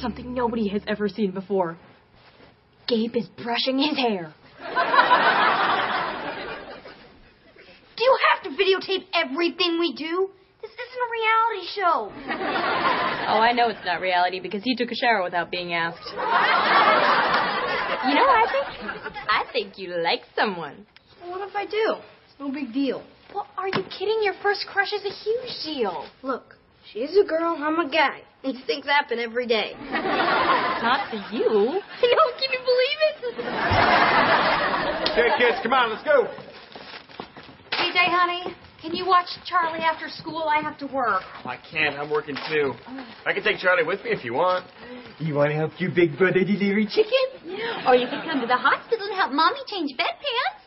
something nobody has ever seen before. Gabe is brushing his hair. Do you have to videotape everything we do? This isn't a reality show. Oh, I know it's not reality because he took a shower without being asked. You know, I think I think you like someone. Well, what if I do? It's no big deal. Well, are you kidding? Your first crush is a huge deal. Look, she's a girl, I'm a guy. These things happen every day. Not for you. no, can you believe it? Okay, kids, come on, let's go. DJ, honey, can you watch Charlie after school? I have to work. I can't. I'm working too. I can take Charlie with me if you want. You want to help your big brother delivery chicken? Or you could come to the hospital to help mommy change bed pants.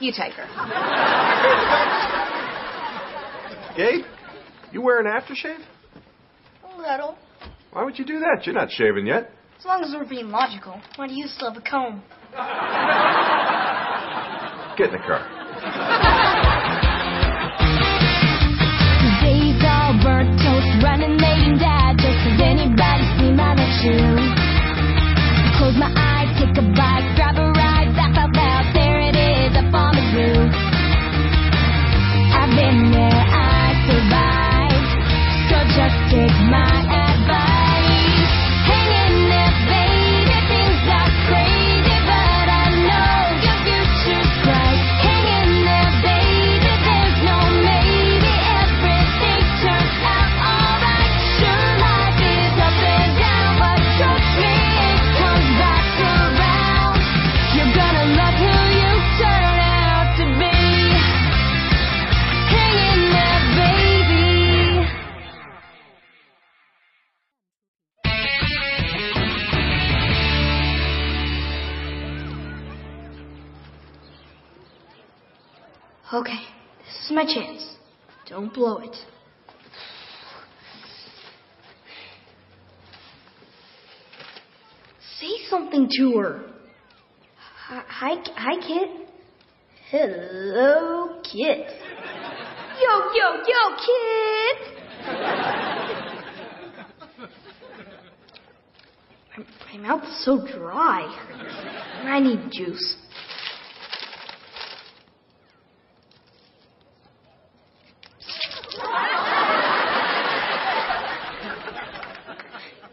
You take her. Gabe, you wearing aftershave? A little. Why would you do that? You're not shaving yet. As long as we're being logical. Why do you still have a comb? Get in the car. Days all burnt toast, running late and dad. Just does anybody see my left shoe? Close my eyes, take a bite, grab a ride, laugh out loud. There it is, up on the roof. I've been there, I survived. So just take my advice. Hang in there, baby. Things are crazy, but I know your future's bright. Hang in there, baby. There's no maybe. Everything turns out alright. Sure, life is up and down, but trust me, it comes back around. You're gonna love who you turn out to be. Hang in there, baby. Okay, this is my chance. Don't blow it. Say something to her. Hi, hi- hi, kid. Hello, kid. Yo, yo, yo, kid. My, my mouth's so dry. I need juice.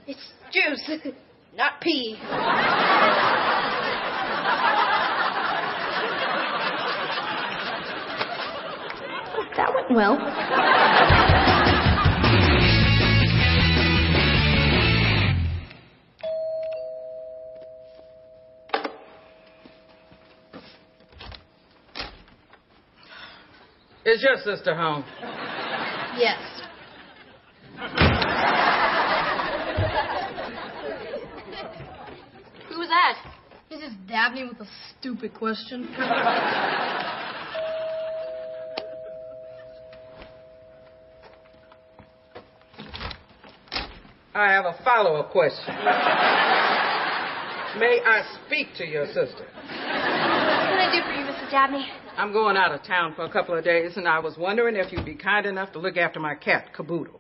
It's juice, not pee. that went well. Is your sister home? Yes. Who was that? Mrs. Dabney with a stupid question. I have a follow-up question. May I speak to your sister? What can I do for you, Mrs. Dabney? I'm going out of town for a couple of days, and I was wondering if you'd be kind enough to look after my cat, Caboodle.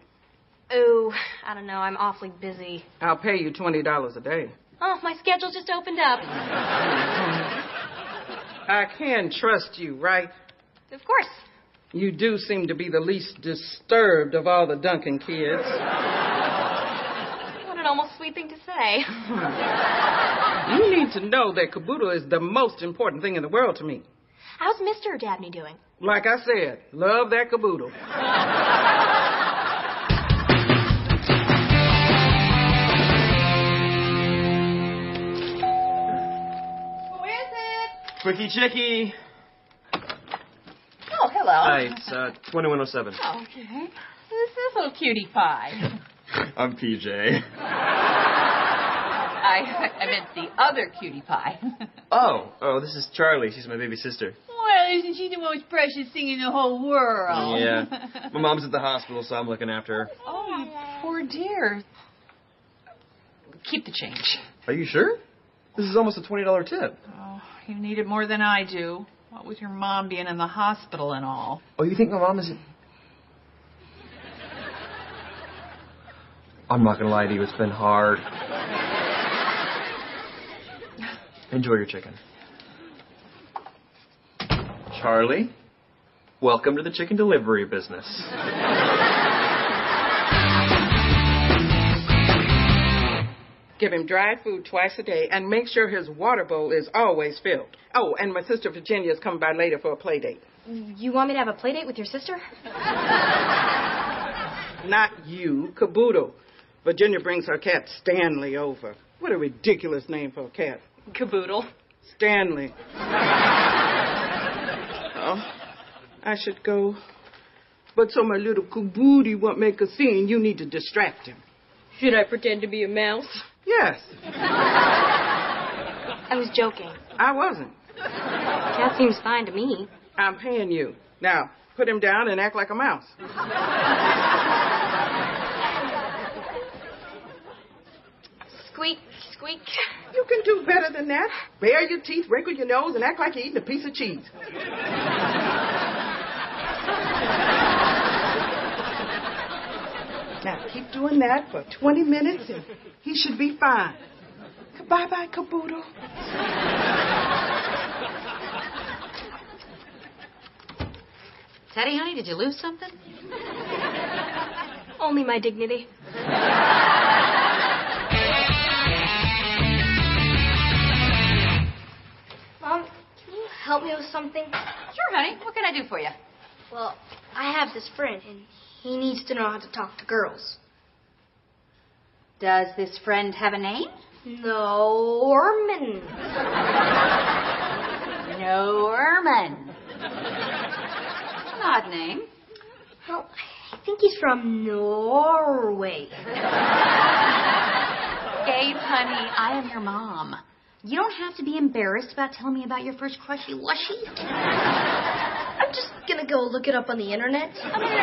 Oh, I don't know. I'm awfully busy. I'll pay you twenty dollars a day. Oh, my schedule just opened up. I can trust you, right? Of course. You do seem to be the least disturbed of all the Duncan kids. What an almost sweet thing to say. You need to know that Caboodle is the most important thing in the world to me. How's Mr. Dabney doing? Like I said, love that Caboodle. Quickie chickie. Oh, hello. Oh, Hi, it's uh, 2107. Okay. This is a little cutie pie. I'm PJ. I, I meant the other cutie pie. Oh, oh, this is Charlie. She's my baby sister. Well, isn't she the most precious thing in the whole world? Yeah. My mom's at the hospital, so I'm looking after her. Oh, you poor dear. Keep the change. Are you sure? This is almost a $20 tip. Oh, you need it more than I do. What with your mom being in the hospital and all. Oh, you think my mom is. I'm not gonna lie to you, it's been hard. Enjoy your chicken. Charlie, welcome to the chicken delivery business. Give him dry food twice a day and make sure his water bowl is always filled. Oh, and my sister Virginia is coming by later for a play date. You want me to have a play date with your sister? Not you, Kaboodle. Virginia brings her cat Stanley over. What a ridiculous name for a cat. Caboodle. Stanley. oh, I should go. But so my little Kabooty won't make a scene, you need to distract him. Should I pretend to be a mouse? Yes, I was joking. I wasn't. Cat seems fine to me. I'm paying you. Now, put him down and act like a mouse. Squeak, squeak. You can do better than that. Bare your teeth, wrinkle your nose, and act like you're eating a piece of cheese. now, keep doing that for 20 minutes, and he should be fine. Bye bye, Kaboodle. Teddy, honey, did you lose something? Only my dignity. Mom, can you help me with something? Sure, honey. What can I do for you? Well, I have this friend, and he needs to know how to talk to girls. Does this friend have a name? Norman. Norman. It's an odd name. Well, I think he's from Norway. Gabe, honey, I am your mom. You don't have to be embarrassed about telling me about your first crushy lushy. I'm just gonna go look it up on the internet. Oh, no, no, no, no.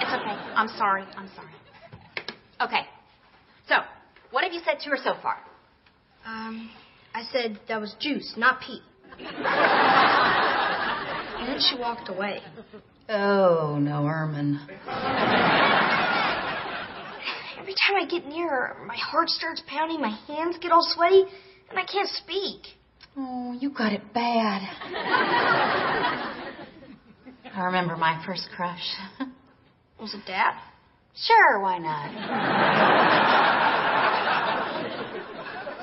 It's okay. I'm sorry. I'm sorry. Okay. So, what have you said to her so far? Um, I said that was juice, not pee. and then she walked away. Oh, no, Ermin. Every time I get near her, my heart starts pounding, my hands get all sweaty, and I can't speak. Oh, you got it bad. I remember my first crush. Was it Dad? sure, why not?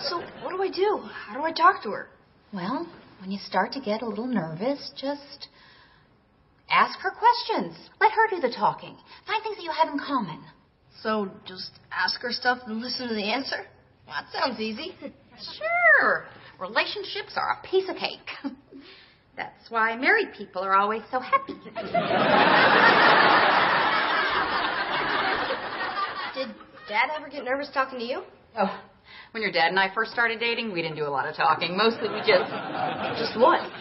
So what do I do? How do I talk to her? Well, when you start to get a little nervous, just ask her questions. Let her do the talking. Find things that you have in common. So just ask her stuff and listen to the answer? Well, that sounds easy. Sure, relationships are a piece of cake. That's why married people are always so happy. Did Dad ever get nervous talking to you? Oh, when your dad and I first started dating, we didn't do a lot of talking. Mostly we just just looked.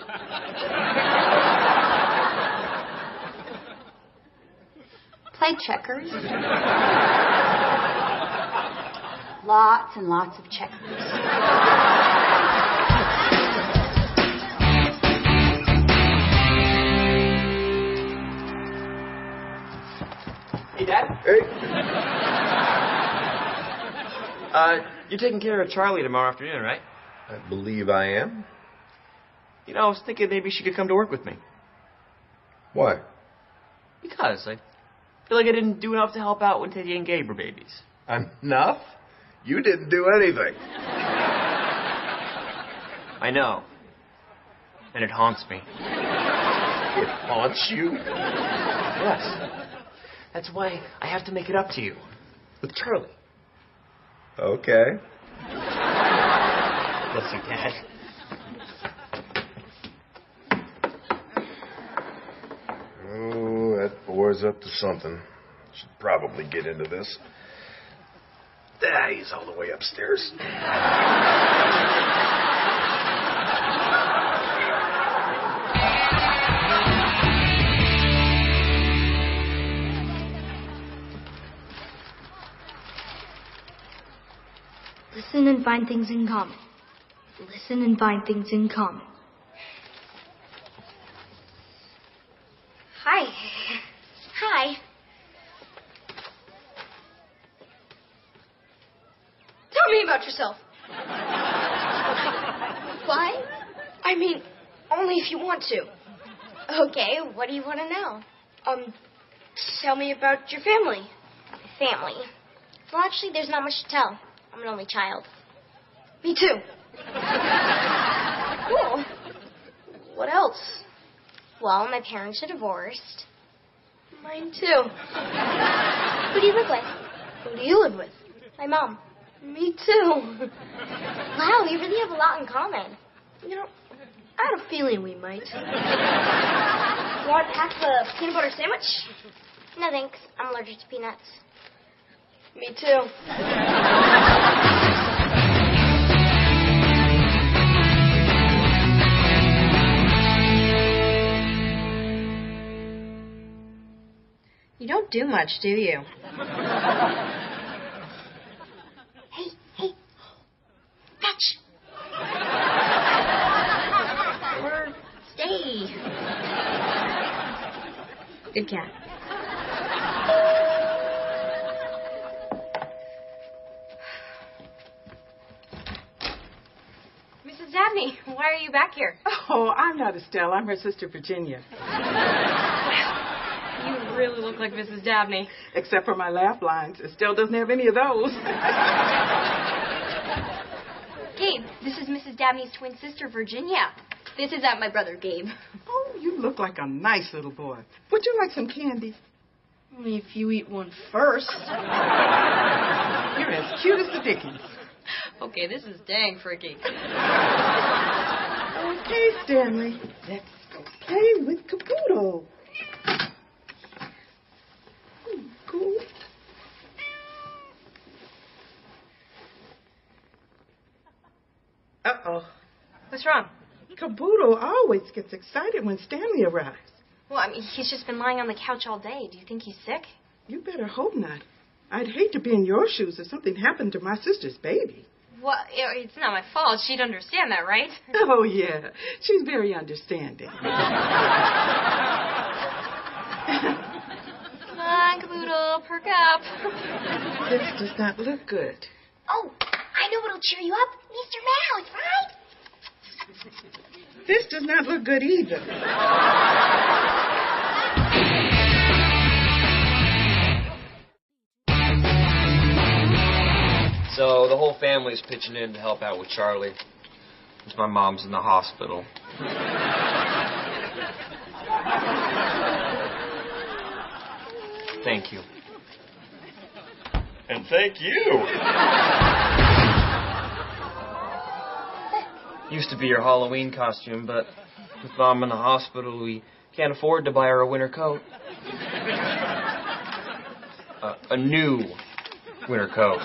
Played checkers. lots and lots of checkers. Hey, Dad. Hey. Uh, you're taking care of Charlie tomorrow afternoon, right? I believe I am. You know, I was thinking maybe she could come to work with me. Why? Because I feel like I didn't do enough to help out when Teddy and Gabe were babies. Enough? You didn't do anything. I know. And it haunts me. It haunts you. Yes. That's why I have to make it up to you. With Charlie. Okay. Bless you, Dad. Oh, that boy's up to something. Should probably get into this. Ah, he's all the way upstairs. Listen and find things in common. Listen and find things in common. Hi. Hi. about yourself. Why? I mean, only if you want to. Okay, what do you want to know? Um, tell me about your family. Family. Well, actually, there's not much to tell. I'm an only child. Me too. cool. What else? Well, my parents are divorced. Mine too. Who do you live with? Who do you live with? My mom. Me too. Wow, we really have a lot in common. You know, I had a feeling we might. Want half a peanut butter sandwich? No thanks. I'm allergic to peanuts. Me too. You don't do much, do you? Hey, hey. Fetch. or stay. Good cat. Mrs. Dabney, why are you back here? Oh, I'm not Estelle. I'm her sister Virginia. You really look like Mrs. Dabney. Except for my laugh lines. Estelle doesn't have any of those. Gabe, this is Mrs. Dabney's twin sister, Virginia. This is at my brother, Gabe. Oh, you look like a nice little boy. Would you like some candy? Only if you eat one first. You're as cute as the dickens. Okay, this is dang freaky. Okay, Stanley. Let's go play with Kabuto. Cool. Uh oh. What's wrong? Kabuto always gets excited when Stanley arrives. Well, I mean, he's just been lying on the couch all day. Do you think he's sick? You better hope not. I'd hate to be in your shoes if something happened to my sister's baby. Well, it- it's not my fault. She'd understand that, right? Oh, yeah. She's very understanding. Come on, Caboodle, perk up. This does not look good. Oh, I know what'll cheer you up. Mr. Mouse, right? This does not look good either. So the whole family's pitching in to help out with Charlie. Since my mom's in the hospital. Thank you. And thank you. Used to be her Halloween costume, but with mom in the hospital, we can't afford to buy her a winter coat. Uh, a new winter coat.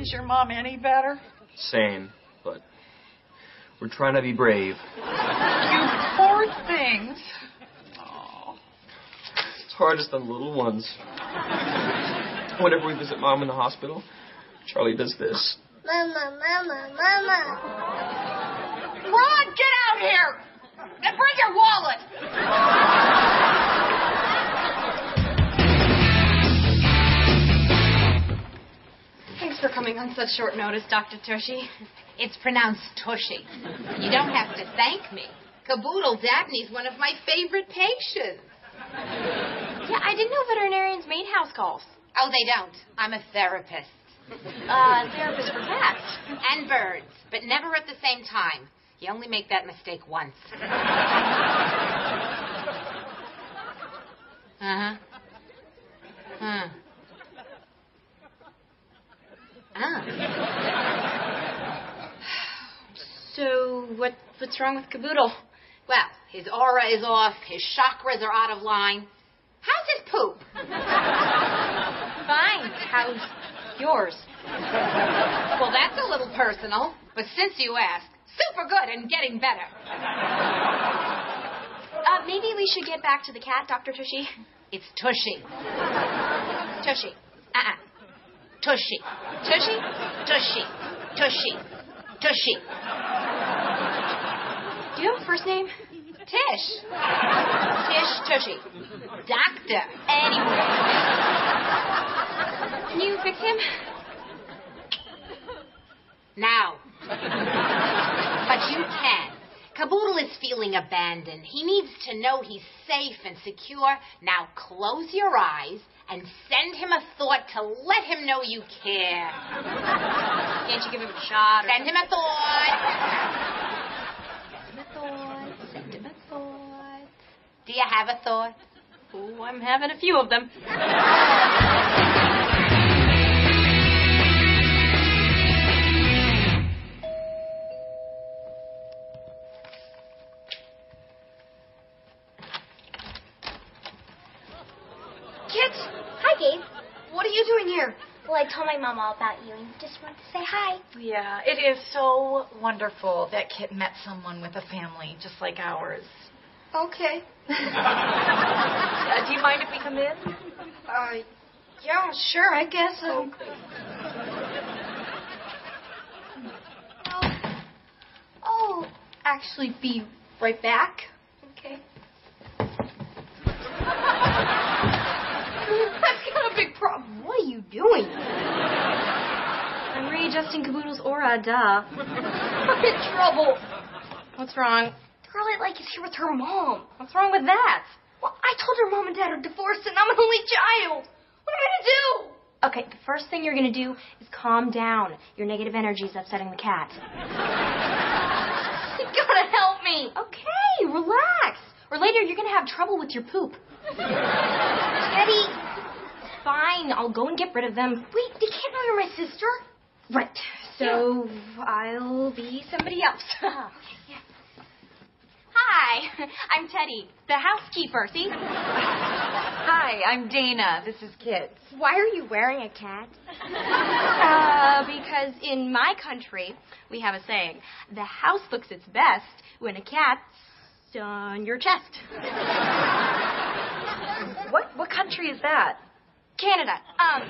Is your mom any better? Same, but we're trying to be brave. You poor things. It's hardest on the little ones. Whenever we visit mom in the hospital, Charlie does this. Mama, mama, mama. Ron, get out here! And bring your wallet! Thanks for coming on such short notice, Dr. Tushy. It's pronounced Tushy. You don't have to thank me. Caboodle Dabney's one of my favorite patients. Yeah, I didn't know veterinarians made house calls. Oh, they don't. I'm a therapist. Uh, therapist for cats. And birds, but never at the same time. You only make that mistake once. Uh huh. Huh. Ah. So, what what's wrong with Caboodle? Well, his aura is off, his chakras are out of line. How's his poop? Fine. How's yours? Well, that's a little personal, but since you ask, super good and getting better. Uh, maybe we should get back to the cat, Dr. Tushy. It's Tushy. Tushy. Uh-uh. Tushy. Tushy? Tushy. Tushy. Tushy. Do you have a first name? Tish. Tish Tushy. Doctor. Anyway. Can you fix him? Now. but you can. Caboodle is feeling abandoned. He needs to know he's safe and secure. Now close your eyes and send him a thought to let him know you care. Can't you give him a shot? Send him a thought. Send him a thought. Do you have a thought? Oh, I'm having a few of them. Kit. Hi, Gabe. What are you doing here? Well, I told my mom all about you and just wanted to say hi. Yeah, it is so wonderful that Kit met someone with a family just like ours. Okay. Uh, do you mind if we come in? Uh, yeah, sure, I guess. so. Oh, actually be right back. Okay. I've got a big problem. What are you doing? I'm readjusting Caboodle's aura, duh. I'm in trouble. What's wrong? The girl I like is here with her mom. What's wrong with that? Well, I told her mom and dad are divorced and I'm an only child. What am I going to do? Okay, the first thing you're going to do is calm down. Your negative energy is upsetting the cat. you gotta help me. Okay, relax. Or later you're going to have trouble with your poop. Teddy, fine. I'll go and get rid of them. Wait, they can't know you're my sister. Right. So I'll be somebody else. Hi, I'm Teddy, the housekeeper, see? Hi, I'm Dana. This is Kit. Why are you wearing a cat? Uh, because in my country, we have a saying the house looks its best when a cat's on your chest. What what country is that? Canada. Um,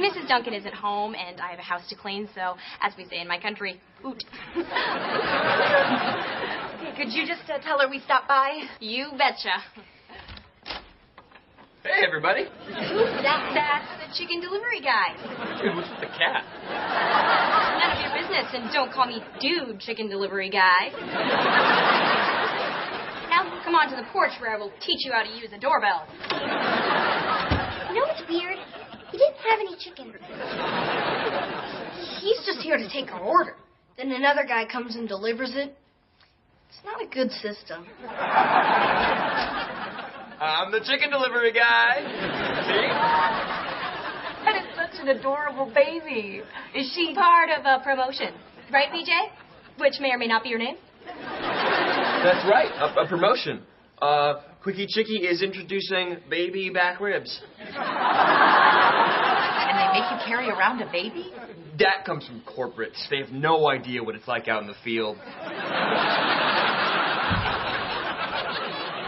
Mrs. Duncan isn't home, and I have a house to clean, so, as we say in my country, oot. Okay, could you just uh, tell her we stopped by? You betcha. Hey, everybody. Who's that? That's the chicken delivery guy. Dude, what's with the cat? None of your business, and don't call me dude, chicken delivery guy. now, come on to the porch where I will teach you how to use a doorbell. You know what's weird? He didn't have any chicken. He's just here to take our order. Then another guy comes and delivers it. It's not a good system. I'm the chicken delivery guy. That is such an adorable baby. Is she part of a promotion? Right, BJ? Which may or may not be your name. See? That's right. A, a promotion. Uh, Quickie Chicky is introducing baby back ribs. And they make you carry around a baby? That comes from corporates. They have no idea what it's like out in the field.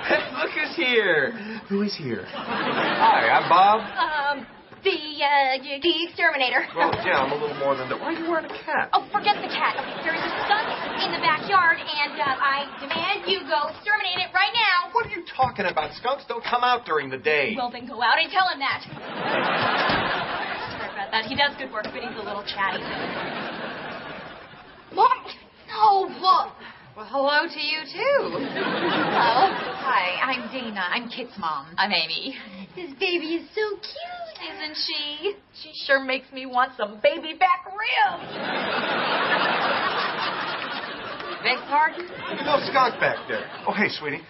Hey, look who's here. Who is here? Hi, I'm Bob. Um, the, uh, the exterminator. Well, yeah, I'm a little more than that. Why are you wearing a cat? Oh, forget the cat. Okay, there is a skunk in the backyard, and uh, I demand you go exterminate it right now. What are you Talking about skunks don't come out during the day. Well, then go out and tell him that. Sorry about that. He does good work, but he's a little chatty. Mom, No, look. Well, hello to you, too. Hello. Hi, I'm Dana. I'm Kit's mom. I'm Amy. This baby is so cute, isn't she? She sure makes me want some baby back ribs. Beg pardon? Look at those skunk back there. Oh, hey, sweetie.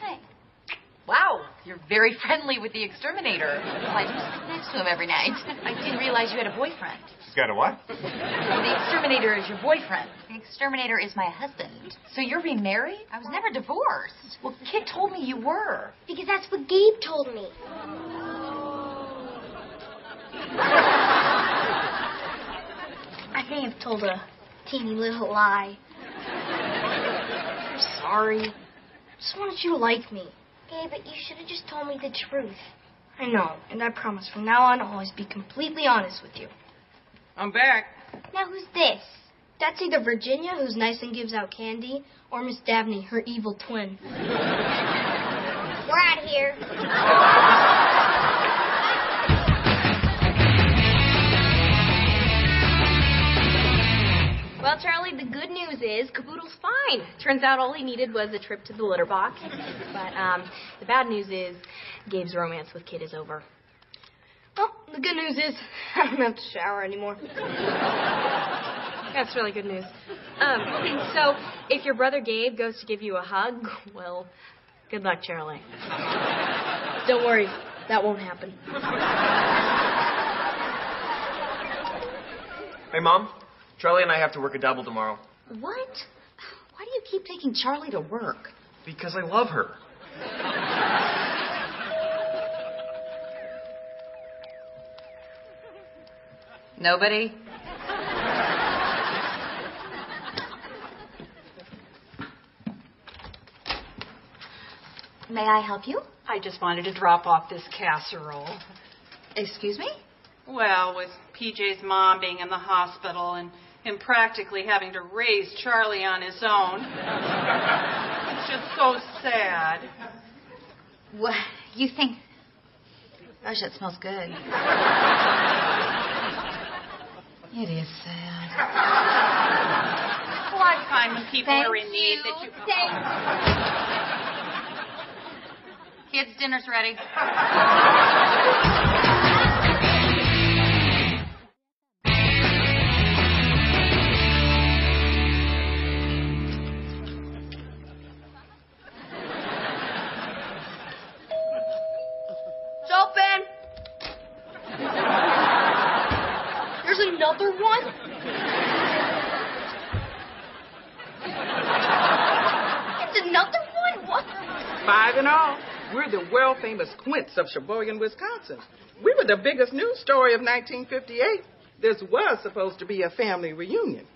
Wow, you're very friendly with the exterminator. Well, I do sit next to him every night. I didn't realize you had a boyfriend. She's got a what? Well, the exterminator is your boyfriend. The exterminator is my husband. So you're remarried? I was never divorced. Well, Kit told me you were. Because that's what Gabe told me. I may have told a teeny little lie. I'm sorry. I just wanted you to like me. Gabe, but you should have just told me the truth. I know, and I promise from now on I'll always be completely honest with you. I'm back. Now who's this? That's either Virginia, who's nice and gives out candy, or Miss Dabney, her evil twin. We're out of here. Well, Charlie, the good news is Caboodle's fine. Turns out all he needed was a trip to the litter box. But um, the bad news is Gabe's romance with Kid is over. Well, the good news is I don't have to shower anymore. That's really good news. Um, so, if your brother Gabe goes to give you a hug, well, good luck, Charlie. Don't worry, that won't happen. Hey, Mom. Charlie and I have to work a double tomorrow. What? Why do you keep taking Charlie to work? Because I love her. Nobody? May I help you? I just wanted to drop off this casserole. Excuse me? Well, with PJ's mom being in the hospital and him practically having to raise Charlie on his own, it's just so sad. What? You think. Gosh, that smells good. It is sad. Well, I find when people are in need that you. Kids, dinner's ready. It's open. There's another one. It's another one? What? Five and all. We're the world famous Quints of Sheboygan, Wisconsin. We were the biggest news story of 1958. This was supposed to be a family reunion.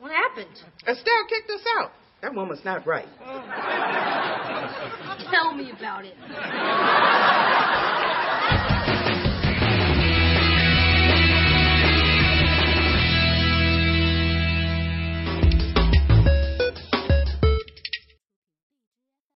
What happened? Estelle kicked us out. That woman's not right. Tell me about it.